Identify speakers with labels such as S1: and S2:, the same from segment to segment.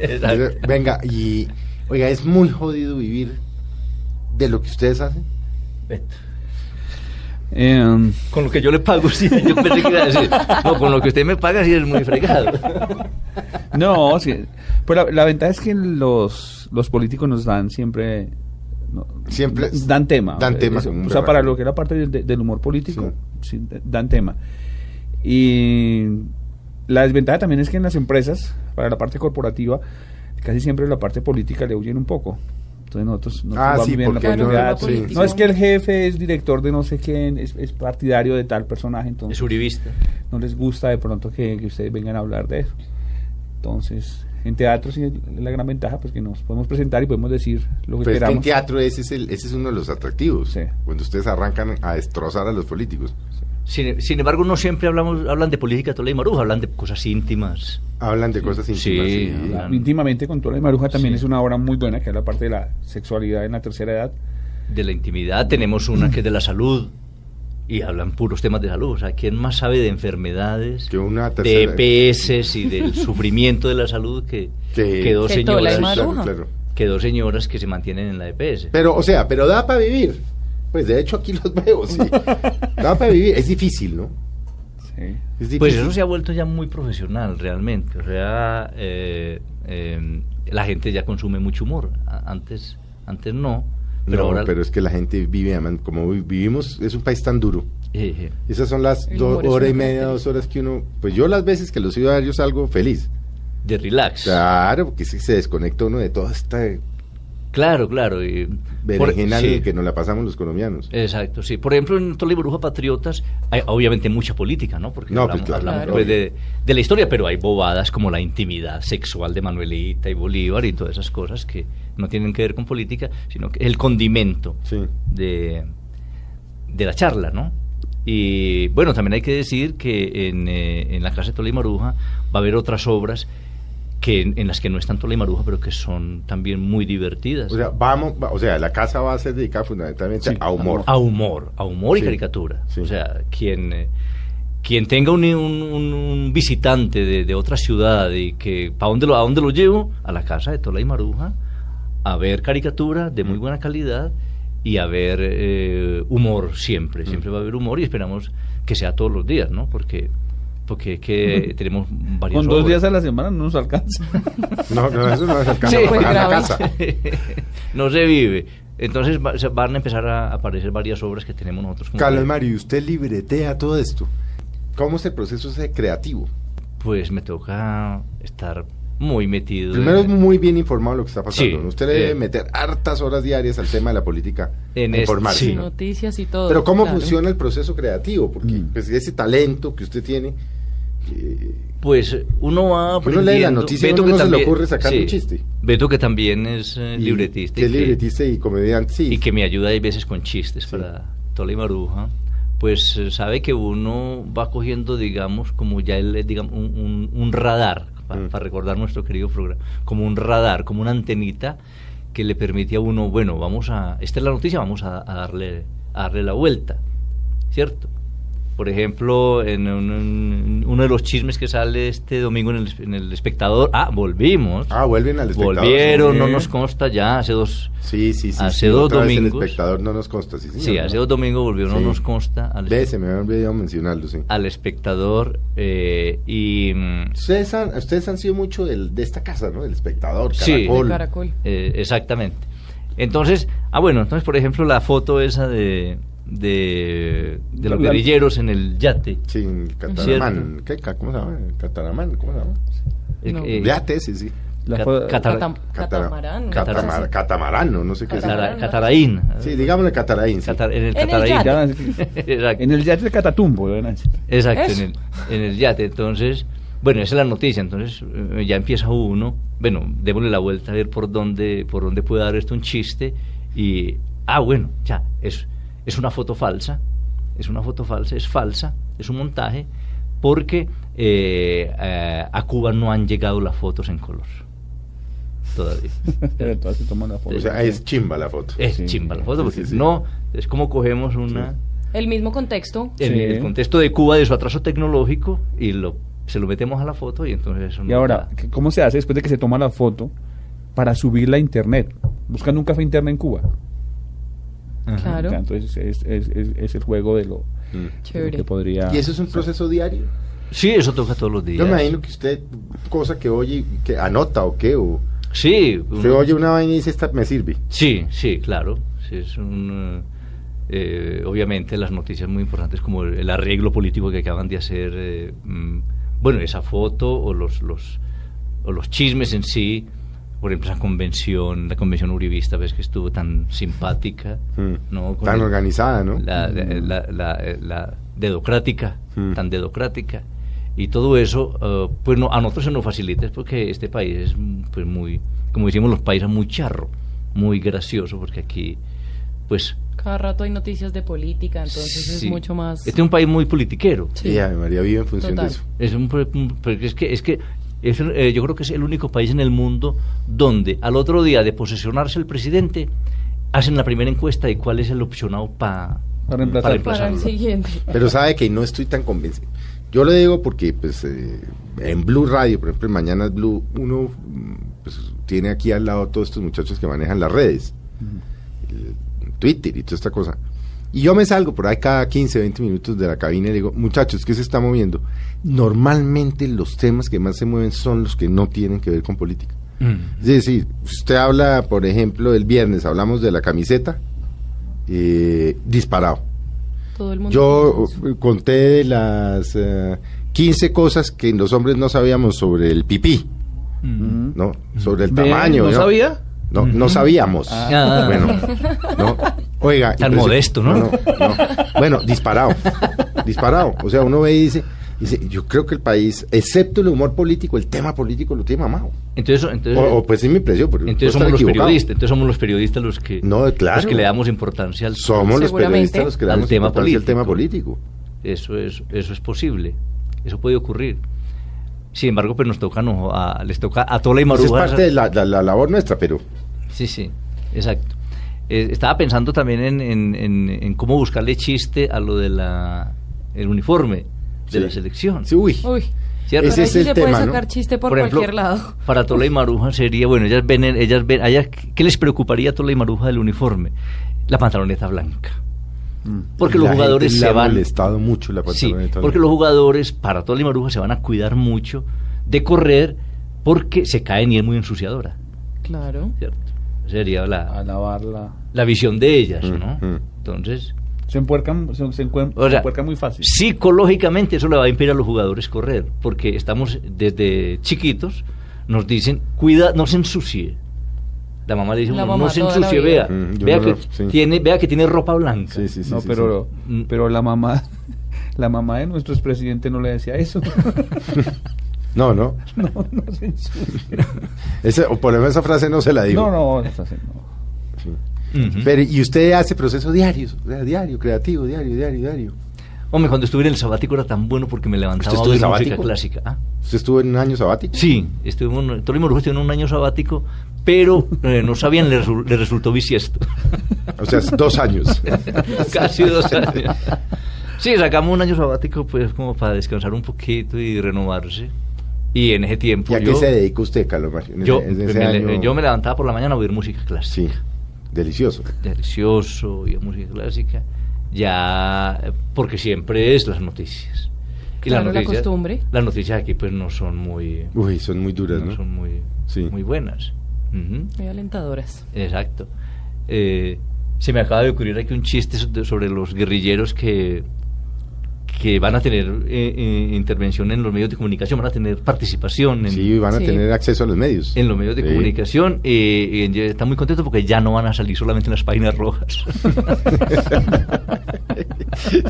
S1: Exacto.
S2: Venga, y oiga, es muy jodido vivir de lo que ustedes hacen.
S3: Em,
S1: Con lo que yo le pago, sí. Yo pensé que iba a decir, no, con lo que usted me paga, sí es muy fregado.
S3: no, sí. Pero la, la ventaja es que los, los políticos nos dan siempre. no,
S2: Siempre
S3: Dan tema. eh,
S2: dan tema,
S3: Eso,
S2: hombre,
S3: o sea, para
S2: vale.
S3: lo que era parte de- de- del humor político, sí, d- dan tema. Y la desventaja también es que en las empresas, para la parte corporativa, casi siempre la parte política le huyen un poco. Entonces nosotros no
S2: Ah,
S3: jugamos
S2: sí,
S3: bien la
S2: porque
S3: política.
S2: no-
S3: Ah,
S2: sí.
S3: No es que el jefe es director de no sé quién, es, es partidario de tal personaje, entonces
S1: Es uribista.
S3: no les gusta de pronto que, que ustedes vengan a hablar de eso. Entonces, en teatro sí es la gran ventaja, pues que nos podemos presentar y podemos decir lo
S2: Pero es
S3: que
S2: que en
S3: queramos.
S2: Pues, teatro ese es, el, ese es uno de los atractivos.
S3: Sí.
S2: Cuando ustedes arrancan a destrozar a los políticos.
S1: Sin, sin embargo, no siempre hablamos, hablan de política tola y maruja, hablan de cosas íntimas.
S2: Hablan de cosas
S1: Sí,
S2: íntimas. sí.
S1: hablan.
S3: Ah, Íntimamente con Tola y Maruja también
S1: Mm. Sí.
S3: es una obra muy buena, que es la parte de la sexualidad en la tercera edad.
S1: De la intimidad tenemos una que es de la salud y hablan puros temas de salud. O sea, ¿quién más sabe de enfermedades,
S2: Que una
S1: de
S2: tercera-
S1: EPS y del sufrimiento de la salud que,
S2: Que-
S1: que dos
S4: Que Tola y
S1: señoras,
S4: Maruja.
S1: que dos señoras que se mantienen en la EPS?
S2: Pero, o sea, pero da para vivir. Pues de hecho aquí los veo, sí. da para vivir. Es difícil, ¿no?
S3: Sí.
S2: Es difícil.
S1: Pues eso se ha vuelto ya muy profesional realmente. O sea, eh, eh, la gente ya consume mucho humor. A- Antes, antes no. Pero
S2: no,
S1: ahora. eh,
S2: pero es que la gente vive, además, como vi- vivimos, es un país tan duro.
S1: Eh, eh,
S2: Esas son las
S4: El
S2: dos
S4: humor es
S2: horas y
S4: una
S2: media, dos
S4: característica.
S2: horas que uno. Pues yo las veces que los ciudadanos salgo feliz.
S1: de relax.
S2: Claro, porque si se desconecta uno de toda esta
S1: Claro, claro. y- por- e-,
S2: berenjena en
S1: sí, Eh.
S2: el que nos la pasamos los colombianos.
S1: Exacto, sí. Por ejemplo, en Tola y Bruja Patriotas hay obviamente mucha política, ¿no? Porque
S2: No,
S1: hablamos,
S2: pues, claro,
S1: hablamos,
S4: Claro.
S1: pues, de, de la historia, pero hay bobadas como la intimidad sexual de Manuelita y Bolívar y todas esas cosas que no tienen que ver con política, sino que el condimento.
S2: Sí.
S1: de, de la charla, ¿no? Y bueno, también hay que decir que en, eh, en la clase Tola y Maruja va a haber otras obras que, en, en las que no están Tola y Maruja, pero que son también muy divertidas.
S2: O sea, vamos, va- o sea, la casa va a ser dedicada fundamentalmente
S3: Sí,
S2: a humor.
S1: a humor, a humor y
S2: Sí,
S1: caricatura.
S2: sí.
S1: O sea, quien, eh, quien tenga un, un- un- un visitante de, de otra ciudad y que, ¿para dónde lo, ¿a dónde lo llevo? A la casa de Tola y Maruja, a ver caricatura de
S2: Mm.
S1: muy buena calidad y a ver eh, humor siempre.
S2: Mm.
S1: Siempre va a haber humor y esperamos que sea todos los días, ¿no? Porque, porque es que
S2: Mm.
S1: tenemos varios
S3: Con dos días a la semana no nos alcanza.
S2: No, no, eso no es el caso
S1: Sí.
S2: para la
S4: Grave.
S2: casa.
S1: no se vive. Entonces va- se van a empezar a aparecer varias obras que tenemos nosotros. como-
S2: Carlos Mario, ¿y usted libretea todo esto? ¿Cómo es el proceso ese creativo?
S1: Pues me toca estar muy metido.
S2: Primero es
S1: en,
S2: muy bien informado lo que está pasando.
S1: Eh. Sí,
S2: ¿no? Usted le debe
S1: eh.
S2: meter hartas horas diarias al tema de la política.
S1: En
S2: a
S1: este,
S2: informarse.
S1: sí.
S2: ¿no?
S4: Noticias y todo.
S2: Pero ¿cómo
S4: claro.
S2: funciona el proceso creativo? Porque
S3: Mm.
S2: pues, ese talento que usted tiene... eh,
S1: Pues uno va
S2: Uno
S1: aprendiendo.
S2: lee la noticia y uno no se le ocurre sacar un chiste.
S1: Beto que también es eh,
S2: y-
S1: libretista.
S2: que
S1: y
S2: es
S1: que-
S2: libretista y comediante, sí.
S1: y que me ayuda hay veces con chistes
S2: Sí.
S1: para Tola y Maruja, pues eh, sabe que uno va cogiendo, digamos, como ya él, digamos, un, un- un radar, para
S2: Mm.
S1: recordar nuestro querido programa, como un radar, como una antenita que le permite a uno, bueno, vamos a, esta es la noticia, vamos a, a darle, a darle la vuelta, ¿cierto? Por ejemplo, en un- un- uno de los chismes que sale este domingo en el, en el espectador, ah, volvimos,
S2: Ah, vuelven al espectador.
S1: volvieron, no
S3: sí.
S1: nos consta ya, hace dos,
S2: Sí, sí, sí.
S1: Hace
S2: sí,
S1: dos
S2: otra vez
S1: domingos.
S2: el espectador no nos consta, sí, señor,
S1: Sí, hace
S2: ¿no?
S1: dos domingos volvió, no
S2: Sí.
S1: nos consta al,
S2: Ve,
S1: espe-
S2: se me había olvidado mencionarlo, sí.
S1: al espectador eh, y mm,
S2: Ustedes han, ustedes han sido mucho del- de esta casa, ¿no? Del espectador,
S1: Sí.
S2: caracol.
S4: De caracol.
S1: eh, exactamente. Entonces, ah bueno, entonces por ejemplo la foto esa de de, de los
S3: La-
S1: guerrilleros en el yate.
S2: Sí, en Cataramán. ¿Qué? Ca- ¿Cómo se llama? Cataramán, ¿cómo se llama?
S1: Eh,
S4: No.
S1: eh,
S2: Yate, sí, sí.
S3: La
S1: Ca-
S3: fo-
S1: Catar-
S4: Catam-
S2: Catara-
S4: Catamarán.
S2: Catamar- Catamarano, no sé qué es.
S1: Catara-
S4: Cataraín.
S1: Cataraín.
S2: Sí, digámosle Cataraín. sí.
S1: Catar- en el
S4: En el
S1: Cataraín.
S4: yate.
S3: Ya,
S1: Exacto.
S3: en el yate de Catatumbo, ¿verdad?
S1: Exacto,
S4: Eso.
S1: en el, en el yate. Entonces, bueno, esa es la noticia. Entonces, eh, ya empieza uno. Bueno, démosle la vuelta a ver por dónde, por dónde puede dar esto un chiste. Y, ah, bueno, ya, es, es una foto falsa. Es una foto falsa, es falsa, es un montaje, porque eh, eh, a Cuba no han llegado las fotos en color. Todavía.
S3: Entonces se toman la foto.
S2: O sea, es chimba la foto.
S1: Es
S3: Sí.
S1: chimba la foto,
S2: Sí,
S1: porque
S2: sí, sí.
S1: no, es como cogemos una
S2: Sí.
S4: El mismo contexto.
S1: en
S3: Sí.
S1: el contexto de Cuba, de su atraso tecnológico, y lo se lo metemos a la foto y entonces eso
S3: Y
S1: no-
S3: ahora, ¿qué- ¿cómo se hace después de que se toma la foto para subirla a internet? Buscando un café internet en Cuba.
S1: Ajá.
S4: Claro.
S3: Ya, entonces es, es- es- es el juego de lo,
S2: Mm.
S3: de lo
S4: Chévere.
S3: que podría...
S2: ¿Y eso es un proceso diario?
S1: Sí, eso toca todos los días.
S2: Yo me imagino que usted, cosa que oye, que anota o qué, o
S1: Sí.
S2: usted
S1: uno-
S2: oye una vaina y dice, esta me sirve.
S1: Sí, sí, claro. Sí, es un, eh, eh, obviamente las noticias muy importantes como el, el arreglo político que acaban de hacer, eh, mm, bueno, esa foto o los, los, o los chismes en sí, por ejemplo, esa convención, la convención uribista, ves que estuvo tan simpática,
S2: Mm.
S1: ¿no? Con
S2: Tan
S1: el-
S2: organizada, ¿no?
S1: la, la- la- la- eh, la dedocrática,
S2: Mm.
S1: tan dedocrática. Y todo eso, eh, pues no, a nosotros se nos facilita, es porque este país es mm, pues, muy, como decimos los países, muy charro, muy gracioso, porque aquí, pues...
S4: Cada rato hay noticias de política, entonces
S1: sí.
S4: es mucho más...
S1: Este es un país muy politiquero.
S4: Sí.
S2: Y Ave María vive en función
S4: Total.
S2: de eso.
S1: Es, un, pro- un- porque es que, es que es el- eh, yo creo que es el único país en el mundo donde al otro día de posesionarse el presidente, hacen la primera encuesta de cuál es el opcionado pa-
S3: Para reemplazar.
S1: para
S4: Para el
S1: reemplazarlo.
S4: siguiente.
S2: Pero sabe que no estoy tan convencido. Yo le digo porque, pues, eh, en Blue Radio, por ejemplo, en Mañanas Blue, uno mm, pues, tiene aquí al lado todos estos muchachos que manejan las redes, el eh, Twitter y toda esta cosa. Y yo me salgo por ahí cada 15, 20 minutos de la cabina y le digo, muchachos, ¿qué se está moviendo? Normalmente los temas que más se mueven son los que no tienen que ver con política.
S1: Mm.
S2: Es decir, usted habla, por ejemplo, el viernes hablamos de la camiseta, eh, disparado.
S4: Todo el mundo...
S2: Yo
S4: piensa eso.
S2: eh, conté de las eh, 15 cosas que los hombres no sabíamos sobre el pipí,
S1: Mm.
S2: ¿no? Sobre el
S3: Ve,
S2: tamaño.
S3: ¿No sabía?
S2: No, no sabíamos.
S1: Ah.
S2: Bueno, no. Oiga.
S1: Tan
S2: entonces-
S1: modesto, ¿no?
S2: no, Bueno, disparado. Disparado. O sea, uno ve y dice, dice, yo creo que el país, excepto el humor político, el tema político lo tiene mamado.
S1: Entonces, entonces,
S2: O, o, pues sí me impresión, porque puedo
S1: entonces
S2: estar
S1: somos los
S2: equivocado.
S1: periodistas, entonces somos los periodistas los que
S2: No, claro.
S1: los que le damos importancia al
S2: Somos los
S4: Seguramente.
S2: periodistas los que le
S1: Al
S2: damos
S1: tema
S2: importancia al tema
S1: político.
S2: político.
S1: eso es eso es posible. Eso puede ocurrir. Sin embargo, pues nos toca no, a- les toca a Tola y
S2: Pues es
S1: Maruja.
S2: parte de la, la- la labor nuestra, pero
S1: Sí, sí. Exacto. Eh, estaba pensando también en, en- en- en cómo buscarle chiste a lo de la el uniforme de
S2: Sí.
S1: la selección.
S2: Sí, uy.
S4: Uy,
S1: ¿Cierto?
S2: uh, Ese
S4: pero
S2: es
S4: ahí sí
S2: el
S4: le puede
S2: tema, ¿no?
S4: sacar chiste por,
S1: ejemplo,
S4: cualquier lado.
S1: Para Tola y Maruja sería, bueno, ellas ven, ellas ven, a ellas, ¿qué les preocuparía a Tola y Maruja del uniforme? La pantaloneta blanca.
S3: Mm.
S1: Porque los
S2: La
S1: jugadores
S2: gente
S1: se
S2: le ha
S1: van-
S2: molestado mucho la
S1: Sí,
S2: pantaloneta
S1: porque los
S2: blanca.
S1: jugadores, para Tola y Maruja, se van a cuidar mucho de correr porque se caen y es muy ensuciadora,
S4: Claro.
S1: ¿cierto? Sería
S3: A
S1: la,
S3: lavarla.
S1: la visión de ellas, ¿no?
S2: Mm, mm.
S1: Entonces,
S3: Se empuercan, se, se encuen-
S1: O sea,
S3: se empuercan muy fácil.
S1: psicológicamente eso le va a impedir a los jugadores correr, porque estamos desde chiquitos, nos dicen, cuida, no se ensucie. La mamá le dice,
S4: La
S1: "No, no
S4: mamá
S1: se
S4: toda la
S1: ensucie, vea,
S4: vida".
S2: Mm, yo
S1: vea,
S2: no
S1: que
S2: lo- sí.
S1: tiene, vea que tiene ropa blanca.
S2: Sí, sí, sí.
S3: no,
S2: sí,
S3: pero,
S2: sí.
S1: sí. Mm.
S3: pero la mamá la mamá de nuestro expresidente no le decía eso.
S2: No, no.
S3: no, no se ensucia.
S2: Ese, o por lo menos esa frase no se la digo.
S3: No, no, no, no.
S2: Sí.
S1: Ujú.
S2: Pero, y usted hace procesos diarios, o sea, diario, creativo, diario, diario, diario.
S1: Hombre, cuando estuve en el sabático era tan bueno porque me levantaba
S2: ¿Usted
S1: a
S2: estuvo
S1: oír
S2: en
S1: música
S2: sabático?
S1: clásica. ¿Ah?
S2: ¿Usted estuvo en un año sabático?
S1: Sí, estuvimos, Tolima y Morujo estuvieron un año sabático, pero eh, no sabían, le, resu- le resultó bisiesto.
S2: O sea, es dos años.
S1: Casi dos años. Sí, sacamos un año sabático pues como para descansar un poquito y renovarse. Y en ese tiempo
S2: ¿Y a qué
S1: Pues yo,
S2: se dedicó usted, Carlos Mario? En
S1: yo,
S2: ese- en ese
S1: me, le-
S2: año-
S1: yo me levantaba por la mañana a oír música
S2: Sí,
S1: clásica.
S2: delicioso.
S1: Delicioso, oía música clásica. Ya, eh, porque siempre es las noticias. Y
S4: Claro, la costumbre.
S1: Las noticias aquí pues no son muy...
S2: Uy, son muy duras,
S1: no
S2: ¿no?
S1: son muy,
S2: Sí.
S1: muy buenas. Ujú.
S4: Muy alentadoras.
S1: Exacto. Eh, se me acaba de ocurrir aquí un chiste so- de- sobre los guerrilleros que, que van a tener eh, eh, intervención en los medios de comunicación, van a tener participación en,
S2: Sí, van a
S4: Sí.
S2: tener acceso a los medios.
S1: en los medios de
S2: Sí.
S1: comunicación. eh, y yo- está muy contento porque ya no van a salir solamente en las páginas rojas.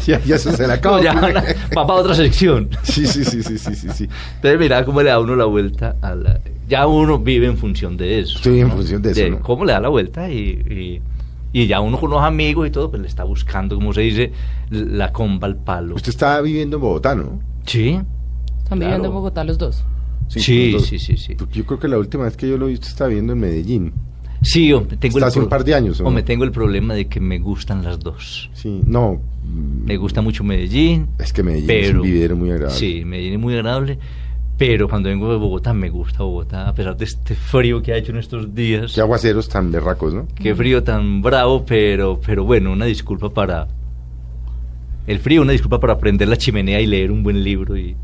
S2: ya, ya eso se le acaba.
S1: No, ya van a- va para otra sección.
S2: Sí, sí, sí, sí, sí, sí, sí.
S1: Entonces, mira cómo le da uno la vuelta a la... Ya uno vive en función de eso.
S2: Sí, en función de eso, ¿no?
S1: Cómo le da la vuelta y, y, y ya uno con los amigos y todo, pues le está buscando, como se dice, la comba al palo.
S2: Usted está viviendo en Bogotá, ¿no?
S1: Sí,
S4: Están
S1: Claro.
S4: viviendo en Bogotá los dos.
S1: Sí,
S2: los dos.
S1: sí, sí, sí.
S2: Porque Yo creo que la última vez que yo lo vi, usted estaba viendo en Medellín.
S1: Sí, hombre, tengo
S2: Hasta hace un par de años, ¿o no?
S1: Hombre, tengo el problema de que me gustan las dos.
S2: Sí, no. mm,
S1: Me gusta mucho Medellín.
S2: Es que Medellín es
S1: pero,
S2: un vividero muy agradable.
S1: Sí, Medellín es muy agradable. Pero cuando vengo de Bogotá, me gusta Bogotá, a pesar de este frío que ha hecho en estos días.
S2: Qué aguaceros tan berracos, ¿no?
S1: Qué frío tan bravo, pero, pero bueno, una disculpa para. El frío, una disculpa para prender la chimenea y leer un buen libro y,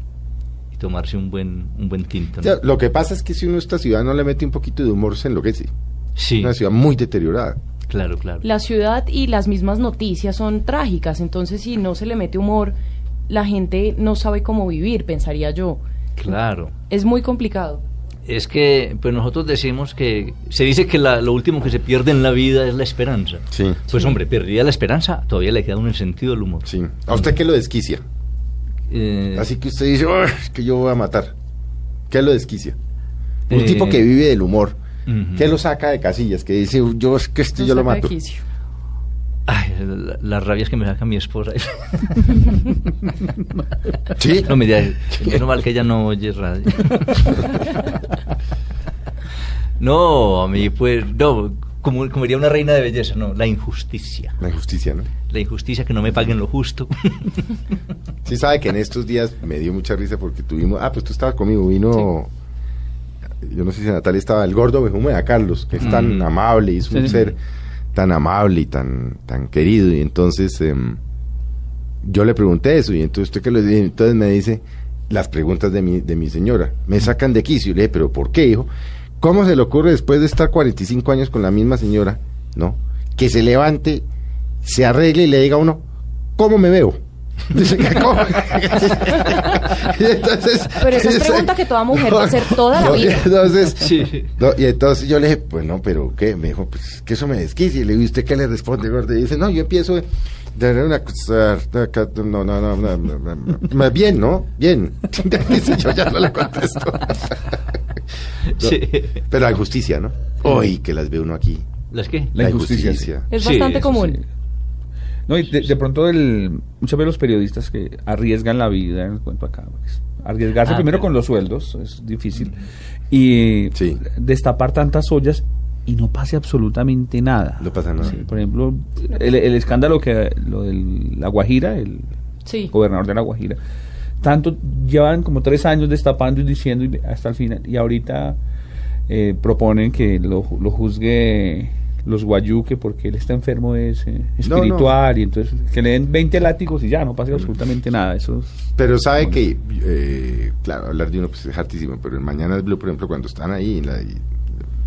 S1: y tomarse un buen, un buen tinto. ¿no?
S2: O sea, lo que pasa es que si uno a esta ciudad no le mete un poquito de humor, se enloquece.
S1: Sí,
S2: Es una ciudad muy deteriorada.
S1: claro, claro.
S4: La ciudad y las mismas noticias son trágicas, entonces si no se le mete humor, la gente no sabe cómo vivir, pensaría yo.
S1: Claro.
S4: Es muy complicado.
S1: Es que pues nosotros decimos que. Se dice que la- lo último que se pierde en la vida es la esperanza.
S2: Sí.
S1: Pues hombre, perdida la esperanza, todavía le queda un el sentido del humor.
S2: Sí. ¿A usted qué lo desquicia?
S1: Eh,
S2: Así que usted dice, "Uy, que yo voy a matar. ¿Qué lo desquicia?
S1: Eh, Mm.
S2: Un tipo que vive del humor.
S1: ujú.
S2: ¿Qué lo saca de casillas? Que dice, yo es que este
S4: Nos
S2: yo lo
S4: saca de
S2: mato.
S4: quicio.
S1: Ay, la- las rabias que me saca mi esposa.
S2: Sí.
S1: No me digas, menos mal que ella no oye radio. No, a mí pues, no, como, como diría una reina de belleza, no, la injusticia.
S2: La injusticia, ¿no?
S1: La injusticia que no me paguen lo justo.
S2: Sí sabe que en estos días me dio mucha risa porque tuvimos, ah, pues tú estabas conmigo, vino, yo no sé si Natalia estaba, el gordo Bejumea, Carlos, que es tan
S1: Mm.
S2: amable y es un
S3: Sí.
S2: ser tan amable y tan, tan querido. Y entonces em, yo le pregunté eso y entonces usted que le dije, entonces me dice las preguntas de mi, de mi señora, me sacan de quicio. Y le dije, pero ¿por qué, hijo? ¿Cómo se le ocurre después de estar 45 años con la misma señora, no? Que se levante, se arregle y le diga a uno, ¿cómo me veo? Dice que ¿cómo? Y entonces,
S4: Pero esa es
S2: dice,
S4: pregunta que toda mujer va a hacer toda la
S2: y
S4: vida.
S2: Entonces,
S1: Sí.
S2: no, y entonces yo le dije, pues no, pero ¿qué? Me dijo, pues que eso me desquicia. Y le digo, ¿y usted qué le responde, gordo? Y dice, no, yo empiezo de- de una cosa, de acá, no, no, no, no, no, no, no. bien, ¿no? Bien. Dice, yo ya no le contesto.
S1: Sí.
S2: Pero la justicia, ¿no? Hoy que las ve uno aquí.
S1: ¿Las qué?
S3: La injusticia,
S4: Es
S1: Sí,
S4: bastante
S1: eso
S4: común.
S3: Sí. No, y de, de pronto el, muchas veces los periodistas que arriesgan la vida, en el cuento acá, pues, arriesgarse
S1: Ah,
S3: primero
S1: pero-
S3: con los sueldos, es difícil, y
S2: Sí.
S3: destapar tantas ollas y no pase absolutamente nada.
S2: No pasa nada.
S3: Sí, por ejemplo, el, el escándalo que lo de la Guajira, el
S4: Sí.
S3: gobernador de la Guajira, tanto llevan como tres años destapando y diciendo y hasta el final, y ahorita eh, proponen que lo, lo juzgue los guayuque porque él está enfermo es eh,
S2: No, no.
S3: espiritual y entonces que le den 20 látigos y ya no pasa absolutamente nada eso es-
S2: Pero sabe
S3: Bueno.
S2: que, eh, claro, hablar de uno pues, es hartísimo, pero en Mañana es Blue, por ejemplo, cuando están ahí, en la- y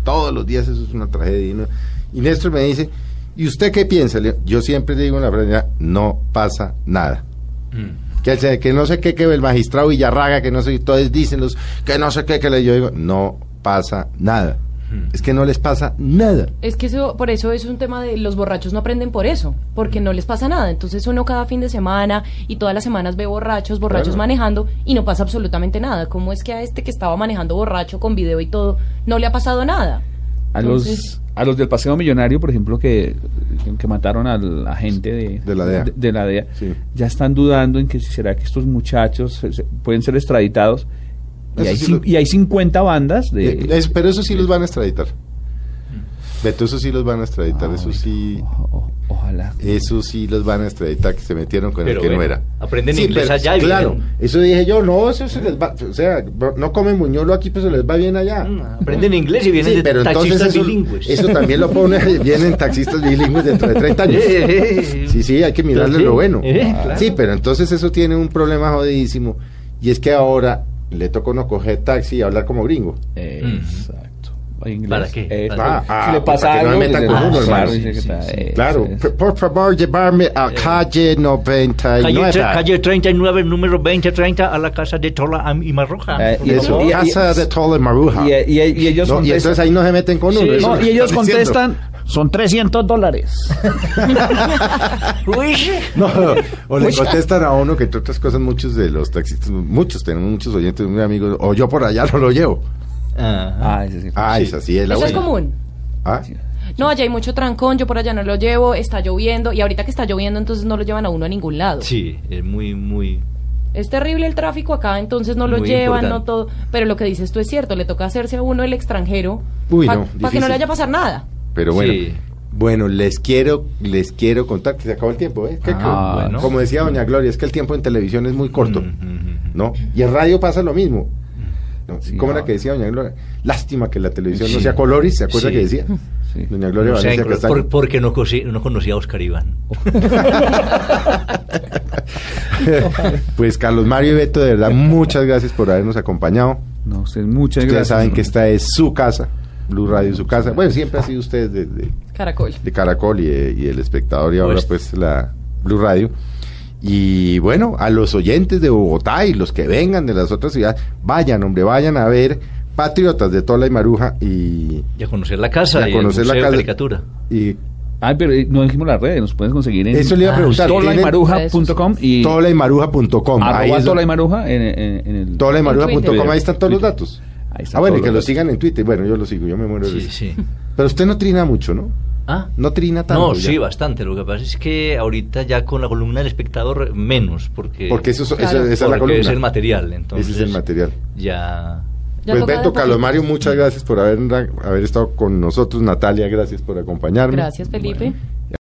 S2: todos los días eso es una tragedia. Y, no- y Néstor me dice, ¿y usted qué piensa? Le digo, Yo siempre le digo una frase, no pasa nada.
S1: Mm.
S2: Que, se- que no sé qué, que el magistrado Villarraga, que no sé, y todos dicen los, que no sé qué, que le yo digo, no pasa nada.
S1: Hmm.
S2: Es que no les pasa nada.
S4: Es que eso, por eso es un tema de los borrachos no aprenden por eso, porque no les pasa nada. Entonces uno cada fin de semana y todas las semanas ve borrachos, borrachos
S2: Claro.
S4: manejando y no pasa absolutamente nada. ¿Cómo es que a este que estaba manejando borracho con video y todo no le ha pasado nada?
S3: a
S4: Entonces-
S3: los a los del paseo millonario por ejemplo que, que mataron a la gente de,
S2: De la DEA.
S3: de la DEA,
S2: Sí.
S3: ya están dudando en que si será que estos muchachos se- se- pueden ser extraditados y
S2: Eso
S3: hay,
S2: sí
S3: cin-
S2: lo-
S3: y hay 50 bandas de
S2: Eh, es- pero eso sí los van a extraditar. Beto, eso sí los van a extraditar,
S3: Ah,
S2: eso
S3: bueno,
S2: sí.
S3: o- o- ojalá
S2: Eso sí los van a extraditar que se metieron con
S1: Pero
S2: el que
S1: bueno,
S2: no era.
S1: aprenden
S2: Sí,
S1: inglés
S2: pero-
S1: allá y
S2: Claro,
S1: vienen.
S2: eso dije yo, no, eso se les va, o sea, no comen muñolo aquí, pues se les va bien allá.
S1: Mm, Aprenden inglés y vienen
S2: Sí,
S1: de
S2: pero entonces
S1: taxistas
S2: eso,
S1: bilingües.
S2: eso también lo pone, vienen taxistas bilingües dentro de 30 años.
S1: Eh, eh, eh.
S2: Sí, sí, hay que mirarle
S1: Sí,
S2: lo bueno. Ah,
S1: eh, claro.
S2: Sí, pero entonces eso tiene un problema jodidísimo y es que ahora le tocó no coger taxi y hablar como gringo.
S3: Exacto. Inglés.
S1: ¿Para qué?
S3: Eh,
S1: ¿Para
S2: qué? Ah,
S3: si le
S2: pues
S3: pasa
S2: para que no
S3: algo,
S2: me metan
S3: dice,
S1: con uno,
S3: claro,
S1: hermano.
S3: dice que
S1: Sí,
S3: está-
S1: sí,
S3: eh,
S2: Claro,
S3: sí, sí.
S2: por- por favor, llevarme a calle 99.
S1: Calle, tre- calle 39, número 2030, a la casa de Tola Am- y Marroja.
S3: Eh, y
S1: Por
S3: eso-
S1: favor.
S3: y-
S2: casa de Tole Maruja.
S3: Y, y- y ellos
S2: ah. No, y
S3: contestan-
S2: entonces ahí no se meten con uno.
S1: Sí,
S2: eso
S1: no,
S2: es lo
S1: y
S2: que
S5: ellos
S2: están diciendo.
S5: contestan, son 300 dólares.
S1: Uy,
S2: No, o le contestan a uno que entre otras cosas muchos de los taxistas, muchos tenemos muchos oyentes, muy amigos, o yo por allá no lo llevo.
S1: Ajá.
S3: Ah, sí, sí.
S2: Ah,
S1: Sí.
S2: esa sí es la
S4: Eso es
S2: buena.
S4: común.
S2: Ah,
S4: No, allá hay mucho trancón, yo por allá no lo llevo, está lloviendo y ahorita que está lloviendo entonces no lo llevan a uno a ningún lado.
S1: Sí, es muy, muy...
S4: Es terrible el tráfico acá, entonces no lo
S1: Muy
S4: llevan, no
S1: importante.
S4: todo. Pero lo que dices tú es cierto, le toca hacerse a uno el extranjero
S2: Uy,
S4: para
S2: no,
S4: que no
S2: difícil.
S4: le haya pasar nada.
S2: Pero bueno.
S1: Sí.
S2: Bueno, les quiero, les quiero contar que se acabó el tiempo, ¿eh? Que- que-
S3: Ah, bueno.
S2: Como decía Doña Gloria, es que el tiempo en televisión es muy corto,
S1: Mm, mm, mm.
S2: ¿no? Y en radio pasa lo mismo. ¿no?
S3: Sí,
S2: ¿Cómo
S3: ah.
S2: era que decía Doña Gloria? Lástima que la televisión no
S1: Sí.
S2: sea coloris, ¿se acuerda
S1: Sí.
S2: que decía?
S3: Sí.
S2: Doña Gloria
S1: No sé,
S2: Valencia
S1: por-
S2: Castaño.
S1: por- porque no, cosi- no conocía a Oscar Iván.
S2: pues Carlos Mario y Beto, de verdad, muchas gracias por habernos acompañado.
S3: No, usted, muchas
S2: Ustedes
S3: gracias.
S2: saben que esta es su casa, Blue Radio es su casa. Bueno, siempre ha sido ustedes de, de-
S4: Caracol.
S2: de Caracol y, de- y el espectador y ahora
S1: Pues-
S2: pues la Blue Radio. Y bueno, a los oyentes de Bogotá y los que vengan de las otras ciudades, vayan, hombre, vayan a ver Patriotas de Tola y Maruja y...
S1: Y a conocer la casa.
S2: Y a
S1: y el
S2: conocer la
S1: museo de
S2: casa.
S1: caricatura.
S2: y
S3: Ay, pero eh, no dijimos las redes, nos puedes conseguir en
S2: Eso le iba a
S1: Ah,
S2: preguntar, ¿tienen-
S3: tolaymaruja.com y
S2: tolaymaruja.com. Ahí
S3: arroba
S2: es donde-
S3: tolaymaruja en, en, en el
S4: En
S2: tolaymaruja.com,
S4: Twitter.
S2: ahí están todos los
S3: Twitter.
S2: datos.
S3: Ahí está
S2: Ah, bueno, y
S3: todo
S2: que
S3: lo
S2: lo
S3: que-
S2: sigan en Twitter. Bueno, yo lo sigo, yo me muero de
S1: Sí,
S2: risa.
S1: sí.
S2: Pero usted no trina mucho, ¿no?
S1: ¿Ah?
S2: No trina tanto.
S1: No,
S2: ya.
S1: sí, bastante. Lo que pasa es que ahorita ya con la columna del espectador menos, porque,
S2: Porque eso, es- eso-
S4: Claro.
S2: esa es la
S1: porque
S2: columna.
S1: es el material. Entonces,
S2: Ese es el material.
S1: Ya.
S4: Ya
S2: pues
S4: toca de
S2: Beto, Carlos
S4: poquito.
S2: Mario, muchas gracias por haber, haber estado con nosotros. Natalia, gracias por acompañarme.
S4: Gracias, Felipe.